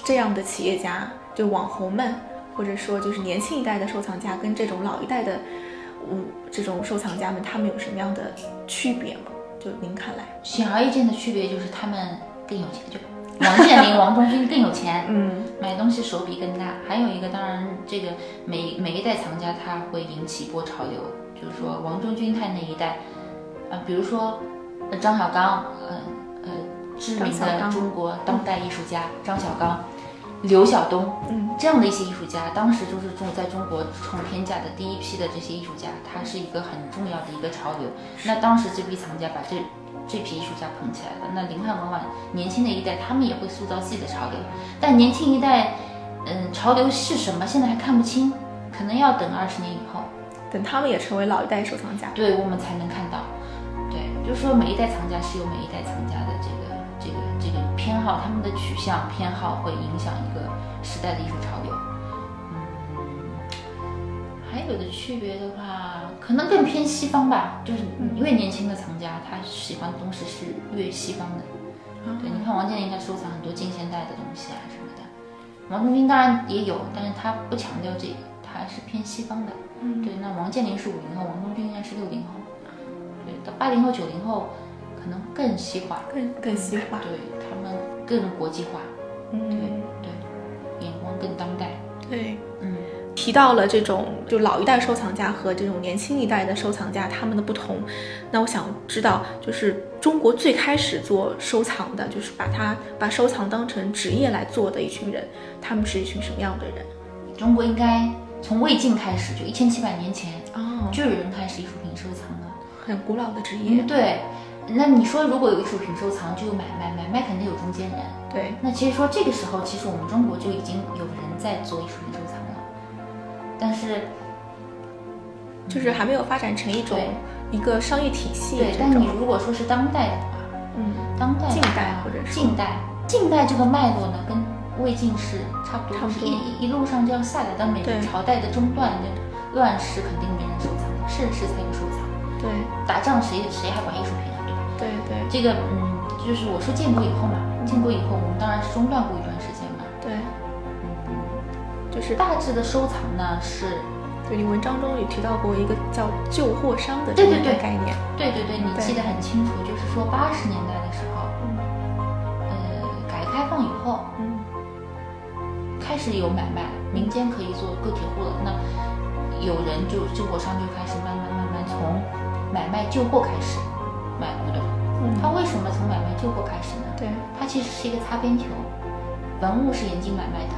Speaker 1: 这样的企业家，就网红们，或者说就是年轻一代的收藏家，跟这种老一代的嗯这种收藏家们，他们有什么样的区别吗？就您看来，
Speaker 2: 显而易见的区别就是他们更有钱，就王健 林、王中军更有钱，
Speaker 1: 嗯，
Speaker 2: 买东西手笔更大。还有一个，当然这个每每一代藏家他会引起一波潮流，就是说王中军他那一代，呃，比如说、呃张小刚，呃呃，知名
Speaker 1: 张小
Speaker 2: 的
Speaker 1: 刚
Speaker 2: 中国当代艺术家张小刚，刘晓东，
Speaker 1: 嗯，
Speaker 2: 这样的一些艺术家，当时就是中在中国创天价的第一批的这些艺术家，他是一个很重要的一个潮流。那当时这批藏家把这这批艺术家捧起来了，那林汉文婉年轻的一代，他们也会塑造自己的潮流，但年轻一代，嗯，潮流是什么，现在还看不清，可能要等二十年以后。
Speaker 1: 等他们也成为老一代收藏家。
Speaker 2: 对我们才能看到。对，就是说每一代藏家是有每一代藏家的这个这个这个偏好，他们的取向偏好会影响一个时代的艺术潮流。嗯，还有的区别的话，可能更偏西方吧，就是越年轻的藏家，他喜欢的东西是越西方的。对，
Speaker 1: 嗯
Speaker 2: 你看王健林他收藏很多近现代的东西啊什么的，王中军当然也有，但是他不强调这个，他还是偏西方的。
Speaker 1: 嗯
Speaker 2: 对，那王健林是五零后，王中军应该是六零后，对，到八零后、九零后可能更西化，
Speaker 1: 更更西化。
Speaker 2: 对他们更国际化，
Speaker 1: 嗯，
Speaker 2: 眼光更当代。
Speaker 1: 对。
Speaker 2: 嗯，
Speaker 1: 提到了这种就老一代收藏家和这种年轻一代的收藏家他们的不同，那我想知道，就是中国最开始做收藏的，就是把它把收藏当成职业来做的一群人，他们是一群什么样的人？
Speaker 2: 中国应该从魏晋开始，就一千七百年前
Speaker 1: 哦，
Speaker 2: 就有人开始艺术品收藏了。
Speaker 1: 很古老的职业
Speaker 2: 嗯，。对。那你说，如果有艺术品收藏，就有买卖，买卖肯定有中间人。
Speaker 1: 对，
Speaker 2: 那其实说这个时候，其实我们中国就已经有人在做艺术品收藏了，但是
Speaker 1: 就是还没有发展成一种一个商业体系
Speaker 2: 对，
Speaker 1: 这
Speaker 2: 但你
Speaker 1: 种。
Speaker 2: 如果说是当代的话，
Speaker 1: 嗯，
Speaker 2: 当代的话
Speaker 1: 近代或者是
Speaker 2: 近代，近代这个脉络呢，跟魏晋是差不多，
Speaker 1: 差不多
Speaker 2: 一一一路上这样下来，到每
Speaker 1: 对
Speaker 2: 个朝代的中段，那乱世肯定没人收藏的，盛世才有收藏。
Speaker 1: 对
Speaker 2: 打仗谁谁还管艺术品啊，对吧？
Speaker 1: 对对
Speaker 2: 这个嗯，就是我说建国以后嘛，建国以后我们当然是中断过一段时间嘛。
Speaker 1: 对，
Speaker 2: 嗯，
Speaker 1: 就是
Speaker 2: 大致的收藏呢是，
Speaker 1: 对你文章中有提到过一个叫旧货商的这么
Speaker 2: 对对
Speaker 1: 一个
Speaker 2: 对
Speaker 1: 概念。
Speaker 2: 对对对，你
Speaker 1: 对
Speaker 2: 记得很清楚，就是说八十年代的时候，嗯呃，改革开放以后，
Speaker 1: 嗯
Speaker 2: 开始有买卖，民间可以做个体户了。那有人就进货商就开始慢慢慢慢从买卖旧货开始买古董。
Speaker 1: 嗯
Speaker 2: 他为什么从买卖旧货开始呢？
Speaker 1: 对，
Speaker 2: 它其实是一个擦边球，文物是严禁买卖的。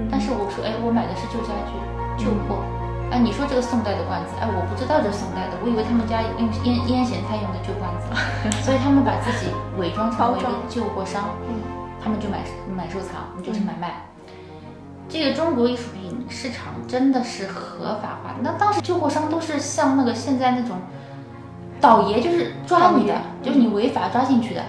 Speaker 1: 嗯
Speaker 2: 但是我说，哎，我买的是旧家具、旧货。
Speaker 1: 嗯
Speaker 2: 哎，你说这个宋代的罐子，哎，我不知道这是宋代的，我以为他们家用腌腌咸菜用的旧 罐子，所以他们把自己伪装成
Speaker 1: 包
Speaker 2: 为一个
Speaker 1: 装
Speaker 2: 旧货商，
Speaker 1: 嗯
Speaker 2: 他们就买买收藏，你就是买卖。这个中国艺术品市场真的是合法化。那当时旧货商都是像那个现在那种倒爷，就是抓你的
Speaker 1: 倒，爷
Speaker 2: 就是你违法抓进去的。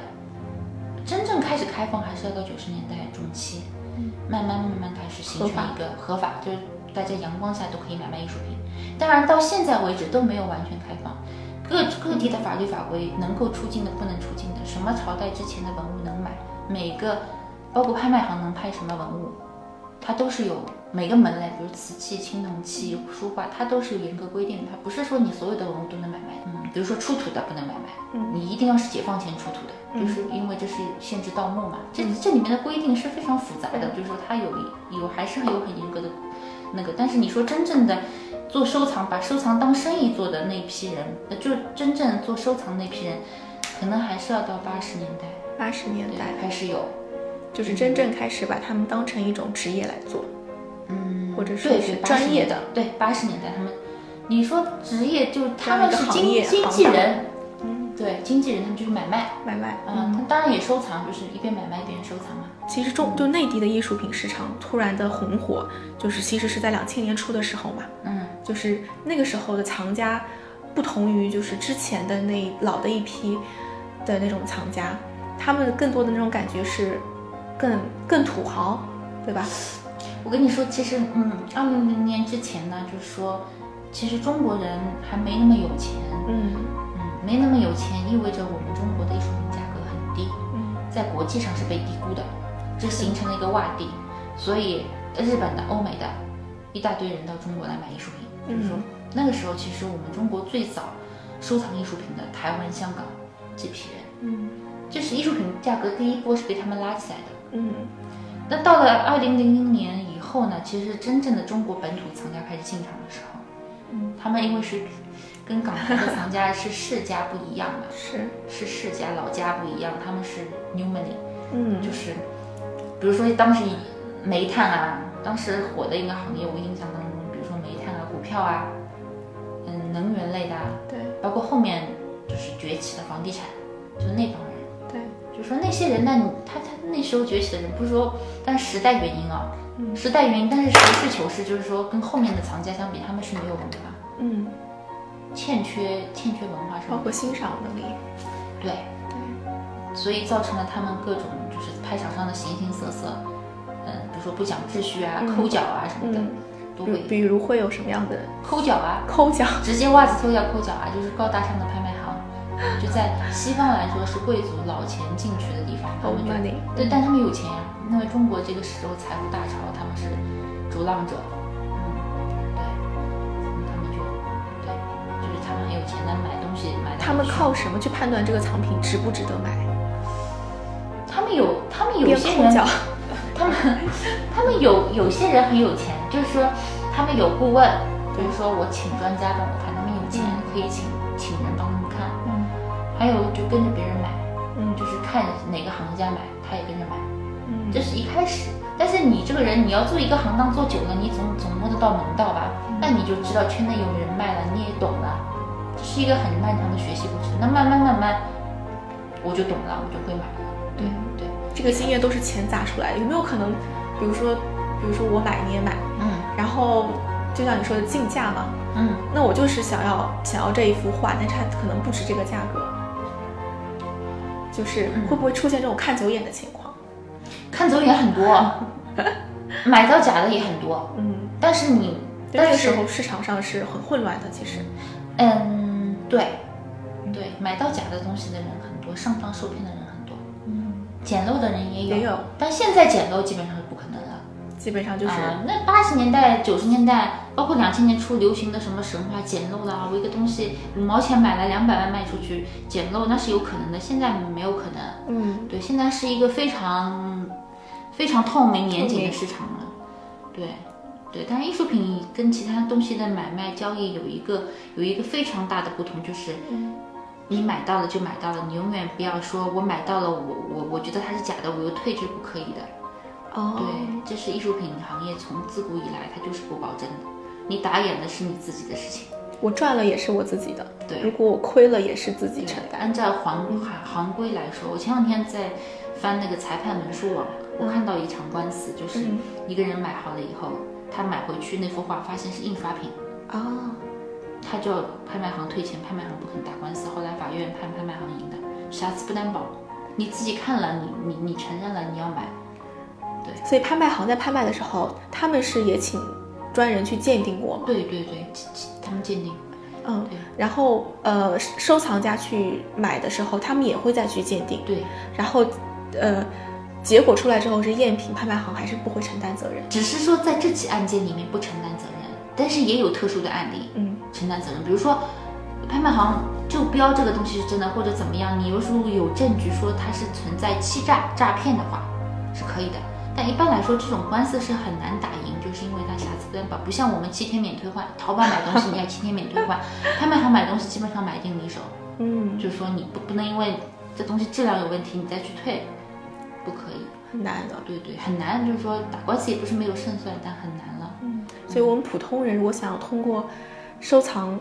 Speaker 2: 真正开始开放还是要到九十年代中期，
Speaker 1: 嗯
Speaker 2: 慢慢慢慢开始形成
Speaker 1: 合法
Speaker 2: 一个合法，就是大家阳光下都可以买卖艺术品。当然到现在为止都没有完全开放，各各地的法律法规能够出境的不能出境的，什么朝代之前的文物能买，每个包括拍卖行能拍什么文物，它都是有每个门类，比如瓷器、青铜器、书画，它都是有严格规定的，它不是说你所有的文物都能买卖。嗯，比如说出土的不能买卖，
Speaker 1: 嗯
Speaker 2: 你一定要是解放前出土的，
Speaker 1: 嗯
Speaker 2: 就是因为这是限制盗墓嘛。这这里面的规定是非常复杂
Speaker 1: 嗯
Speaker 2: 的，就是说它有有还是有很严格的那个，但是你说真正的。做收藏，把收藏当生意做的那一批人，呃就真正做收藏那批人，可能还是要到八十年代，
Speaker 1: 八十年
Speaker 2: 对嗯
Speaker 1: 代，
Speaker 2: 开始有，
Speaker 1: 就是真正开始把他们当成一种职业来做，
Speaker 2: 嗯，
Speaker 1: 或者说
Speaker 2: 对
Speaker 1: 是
Speaker 2: 对80
Speaker 1: 专业的
Speaker 2: 年代对八十年代他们，你说职业就是他们是
Speaker 1: 这样一个行
Speaker 2: 经
Speaker 1: 业
Speaker 2: 经纪人，
Speaker 1: 嗯，
Speaker 2: 对经纪人他们就是买卖，
Speaker 1: 买卖。
Speaker 2: 嗯，他当然也收藏，就是一边买卖一边收藏嘛，
Speaker 1: 其实中就内地的艺术品市场突然的红火，就是其实是在两千年初的时候嘛，
Speaker 2: 嗯，
Speaker 1: 就是那个时候的藏家，不同于就是之前的那老的一批的那种藏家，他们更多的那种感觉是更更土豪，对吧？
Speaker 2: 我跟你说，其实嗯，二零零年之前呢，就是说，其实中国人还没那么有钱，
Speaker 1: 嗯
Speaker 2: 嗯，没那么有钱意味着我们中国的艺术品价格很低，
Speaker 1: 嗯
Speaker 2: 在国际上是被低估的，这形成了一个洼地，所以日本的、欧美的，一大堆人到中国来买艺术品。就是说
Speaker 1: 嗯
Speaker 2: 那个时候，其实我们中国最早收藏艺术品的台湾、香港这批人，
Speaker 1: 嗯
Speaker 2: 就是艺术品价格第一波是被他们拉起来的。
Speaker 1: 嗯
Speaker 2: 那到了二零零零年以后呢，其实真正的中国本土藏家开始进场的时候，
Speaker 1: 嗯，
Speaker 2: 他们因为是跟港台的藏家是世家不一样嘛，
Speaker 1: 是，
Speaker 2: 是世家老家不一样，他们是 new money。
Speaker 1: 嗯
Speaker 2: 就是比如说当时煤炭啊，当时火的一个行业，我印象当中，比如说煤炭啊、股票啊，嗯，能源类的啊，
Speaker 1: 对
Speaker 2: 包括后面就是崛起的房地产，就那帮人，
Speaker 1: 对，
Speaker 2: 就说那些人，那你他他那时候崛起的人，不是说，但时代原因啊，
Speaker 1: 嗯
Speaker 2: 时代原因，但是实事求是，就是说跟后面的藏家相比，他们是没有文化，
Speaker 1: 嗯，
Speaker 2: 欠缺欠缺文化上
Speaker 1: 包
Speaker 2: 的，
Speaker 1: 括欣赏能力，
Speaker 2: 对，所以造成了他们各种就是拍场上的形形色色，嗯，比如说不讲秩序啊、
Speaker 1: 嗯
Speaker 2: 抠脚啊什么的，
Speaker 1: 嗯
Speaker 2: 都
Speaker 1: 比
Speaker 2: 会
Speaker 1: 比如会有什么样的
Speaker 2: 抠脚啊，
Speaker 1: 抠脚？
Speaker 2: 直接袜子脱掉抠脚啊，就是高大上的拍卖行，就在西方来说是贵族老钱进去的地方，他
Speaker 1: Old
Speaker 2: 们就
Speaker 1: money
Speaker 2: 对，但他们有钱呀、因为中国这个时候财富大潮，他们是逐浪者，嗯，对，嗯他们就对，就是他们很有钱，但买东西买
Speaker 1: 他们靠什么去判断这个藏品值不值得买？
Speaker 2: 他们有他们有
Speaker 1: 边
Speaker 2: 些
Speaker 1: 抠
Speaker 2: 人
Speaker 1: 脚，
Speaker 2: 他们他们有有些人很有钱，就是说他们有顾问，比如说我请专家帮我看，他们有钱
Speaker 1: 嗯
Speaker 2: 可以请请人帮他们看，
Speaker 1: 嗯
Speaker 2: 还有就跟着别人买，
Speaker 1: 嗯
Speaker 2: 就是看哪个行家买，他也跟着买，
Speaker 1: 嗯，
Speaker 2: 这是一开始。但是你这个人，你要做一个行当做久了，你总总摸得到门道吧？那你就知道圈内有人脉了，你也懂了，这是一个很漫长的学习过程。那慢慢慢慢，我就懂了，我就会买了。对
Speaker 1: 嗯
Speaker 2: 对，
Speaker 1: 这个经验都是钱砸出来的，有没有可能，比如说，比如说我买你也买，
Speaker 2: 嗯
Speaker 1: 然后就像你说的竞价嘛，
Speaker 2: 嗯。
Speaker 1: 那我就是想要想要这一幅画，但是它可能不值这个价格，就是
Speaker 2: 嗯
Speaker 1: 会不会出现这种看走眼的情况？
Speaker 2: 看走眼很多，买到假的也很多，
Speaker 1: 嗯，
Speaker 2: 但是你，
Speaker 1: 那
Speaker 2: 但
Speaker 1: 个时
Speaker 2: 是，
Speaker 1: 候市场上是很混乱的，其实，
Speaker 2: 嗯，对，对，买到假的东西的人很多，上当受骗的人很多，
Speaker 1: 嗯，
Speaker 2: 捡漏的人也有，
Speaker 1: 也有
Speaker 2: 但现在捡漏基本上是不可能了。
Speaker 1: 基本上就是，
Speaker 2: 啊、那八十年代、九十年代，包括两千年初流行的什么神话捡漏啦，我一个东西五毛钱买来两百万卖出去，捡漏那是有可能的，现在没有可能。
Speaker 1: 嗯，
Speaker 2: 对，现在是一个非常非常透明严谨的市场了。对，对，但是艺术品跟其他东西的买卖交易有一个有一个非常大的不同，就是
Speaker 1: 嗯
Speaker 2: 你买到了就买到了，你永远不要说我买到了，我我我觉得它是假的，我又退之不可以的。对
Speaker 1: 哦，，
Speaker 2: 这是艺术品行业从自古以来它就是不保真的，你打眼的是你自己的事情。
Speaker 1: 我赚了也是我自己的，
Speaker 2: 对
Speaker 1: 如果我亏了也是自己承担，
Speaker 2: 按照行行行规来说，我前两天在翻那个裁判文书网，我看到一场官司，就是
Speaker 1: 嗯
Speaker 2: 一个人买好了以后，他买回去那幅画发现是印刷品，
Speaker 1: 啊，
Speaker 2: 他就要拍卖行退钱，拍卖行不肯打官司，后来法院判拍卖行赢的，瑕疵不担保，你自己看了，你你你承认了，你要买，
Speaker 1: 所以拍卖行在拍卖的时候，他们是也请专人去鉴定过嘛，
Speaker 2: 对对对，他们鉴定，
Speaker 1: 嗯
Speaker 2: 对，
Speaker 1: 然后呃，收藏家去买的时候，他们也会再去鉴定，
Speaker 2: 对，
Speaker 1: 然后呃，结果出来之后是赝品，拍卖行还是不会承担责任。
Speaker 2: 只是说在这起案件里面不承担责任，但是也有特殊的案例，
Speaker 1: 嗯
Speaker 2: 承担责任。比如说，拍卖行就标这个东西是真的，或者怎么样，你如果有证据说它是存在欺诈、诈骗的话，是可以的。但一般来说，这种官司是很难打赢，就是因为它瑕疵不担保，不像我们七天免退换，淘宝买东西你要七天免退换， 拍卖行买东西基本上买定离手，
Speaker 1: 嗯，
Speaker 2: 就是说你不不能因为这东西质量有问题你再去退，不可以。
Speaker 1: 很难的。
Speaker 2: 对对，很难，就是说打官司也不是没有胜算，但很难了。
Speaker 1: 所以我们普通人如果想通过收藏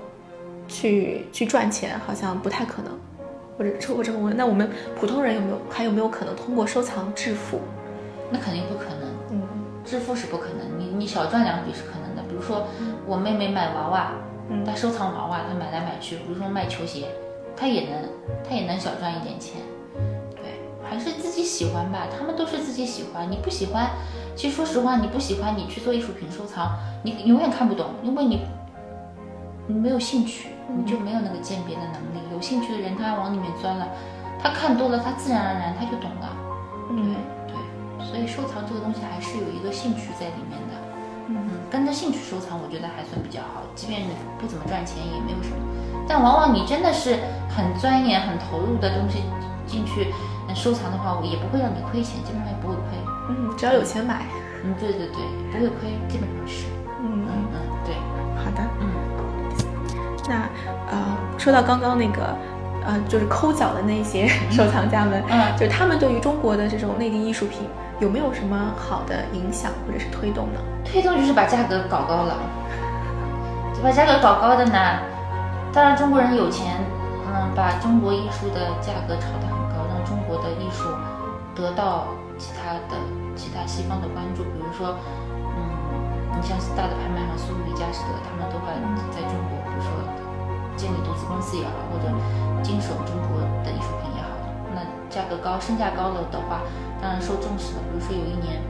Speaker 1: 去去赚钱，好像不太可能。或者或者我问，那我们普通人有没有还有没有可能通过收藏致富？
Speaker 2: 那肯定不可能。
Speaker 1: 嗯
Speaker 2: 致富是不可能，你你小赚两笔是可能的。比如说我妹妹买娃娃，
Speaker 1: 嗯
Speaker 2: 她收藏娃娃，她买来买去，比如说卖球鞋，她也能她也能小赚一点钱。对，还是自己喜欢吧，他们都是自己喜欢。你不喜欢，其实说实话，你不喜欢你去做艺术品收藏，你永远看不懂，因为你你没有兴趣，你
Speaker 1: 嗯
Speaker 2: 就没有那个鉴别的能力。有兴趣的人，他往里面钻了，他看多了，他自然而然他就懂了。
Speaker 1: 嗯
Speaker 2: 对，所以收藏这个东西还是有一个兴趣在里面的。嗯，跟着兴趣收藏，我觉得还算比较好。即便你不怎么赚钱，也没有什么。但往往你真的是很钻研、很投入的东西进去嗯收藏的话，我也不会让你亏钱，基本上也不会亏。
Speaker 1: 嗯，只要有钱买。
Speaker 2: 嗯，对对对，不会亏，基本上是。
Speaker 1: 嗯
Speaker 2: 嗯嗯，对，
Speaker 1: 好的。
Speaker 2: 嗯
Speaker 1: 那呃，说到刚刚那个，呃，就是抠脚的那些 收藏家们，
Speaker 2: 嗯
Speaker 1: 就是他们对于中国的这种内地艺术品有没有什么好的影响或者是推动呢？
Speaker 2: 推动就是把价格搞高了，就把价格搞高的呢，当然中国人有钱，嗯，把中国艺术的价格炒得很高，让中国的艺术得到其他的其他西方的关注，比如说，嗯，你像大的拍卖行苏富比、佳士得，他们都会在中国，比如说建立独资公司也好，或者经手中国的艺术品也好，那价格高、身价高了的话，当然受重视了。比如说有一年。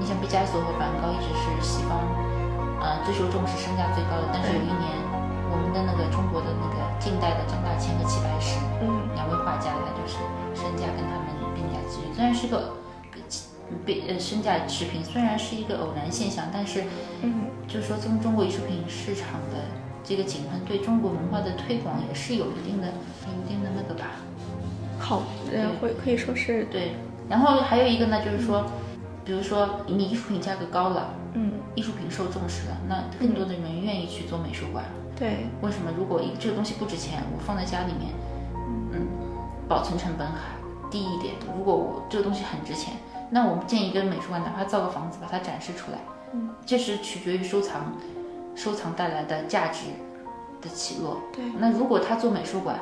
Speaker 2: 你像毕加索和梵高一直是西方，呃最受重视、身价最高的。但是有一年，我们的那个中国的那个近代的张大千和齐白石
Speaker 1: 嗯
Speaker 2: 两位画家，他就是身价跟他们并驾齐驱。虽然是个被呃身价持平，虽然是一个偶然现象，但是
Speaker 1: 嗯
Speaker 2: 就是说从中国艺术品市场的这个井喷，对中国文化的推广也是有一定的、有一定的那个吧。
Speaker 1: 好，
Speaker 2: 嗯
Speaker 1: 呃，会可以说是
Speaker 2: 对，然后还有一个呢，就是说，比如说你艺术品价格高了。
Speaker 1: 嗯
Speaker 2: 艺术品受重视了，那更多的人愿意去做美术馆。
Speaker 1: 对
Speaker 2: 为什么？如果一这个东西不值钱，我放在家里面，嗯，保存成本还低一点。如果我这个东西很值钱，那我们建一个美术馆，哪怕造个房子把它展示出来，
Speaker 1: 嗯，
Speaker 2: 这是取决于收藏，收藏带来的价值的起落。
Speaker 1: 对
Speaker 2: 那如果他做美术馆，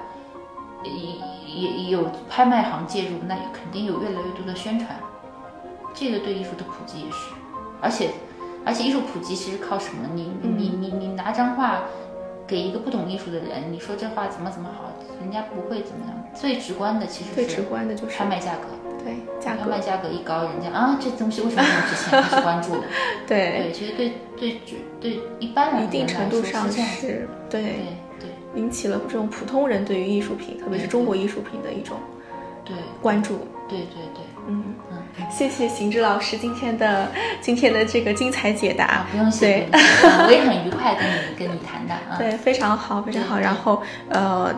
Speaker 2: 也也也有拍卖行介入，那肯定有越来越多的宣传，这个对艺术的普及也是，而且而且艺术普及其实靠什么？你你
Speaker 1: 嗯
Speaker 2: 你你拿张画给一个不懂艺术的人，你说这画怎么怎么好，人家不会怎么样。最直观的其实
Speaker 1: 最
Speaker 2: 是
Speaker 1: 直观的就是
Speaker 2: 拍卖价格，
Speaker 1: 对价
Speaker 2: 拍
Speaker 1: 格
Speaker 2: 卖价格一高，人家啊这东西为什么这么值钱？开始 关注了。
Speaker 1: 对
Speaker 2: 对，其实对对对一般人
Speaker 1: 一定
Speaker 2: 来
Speaker 1: 程度
Speaker 2: 说
Speaker 1: 上
Speaker 2: 是这样子。
Speaker 1: 是对
Speaker 2: 对对
Speaker 1: 引起了这种普通人对于艺术品，特别是中国艺术品的一种
Speaker 2: 对
Speaker 1: 关注。
Speaker 2: 对对对，
Speaker 1: 嗯，
Speaker 2: 嗯
Speaker 1: 谢谢邢志老师今天的今天的这个精彩解答
Speaker 2: 啊，。不用谢，
Speaker 1: 对
Speaker 2: 不用谢啊我也很愉快跟你跟你谈的啊。
Speaker 1: 对，非常好，非常好。然后呃，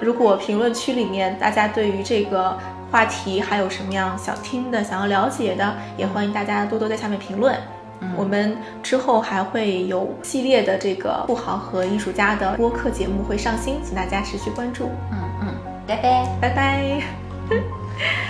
Speaker 1: 如果评论区里面大家对于这个话题还有什么样想听的、想要了解的，也欢迎大家多多在下面评论。
Speaker 2: 嗯
Speaker 1: 我们之后还会有系列的这个富豪和艺术家的播客节目会上新，请大家持续关注。
Speaker 2: 嗯嗯，拜拜。
Speaker 1: 拜拜。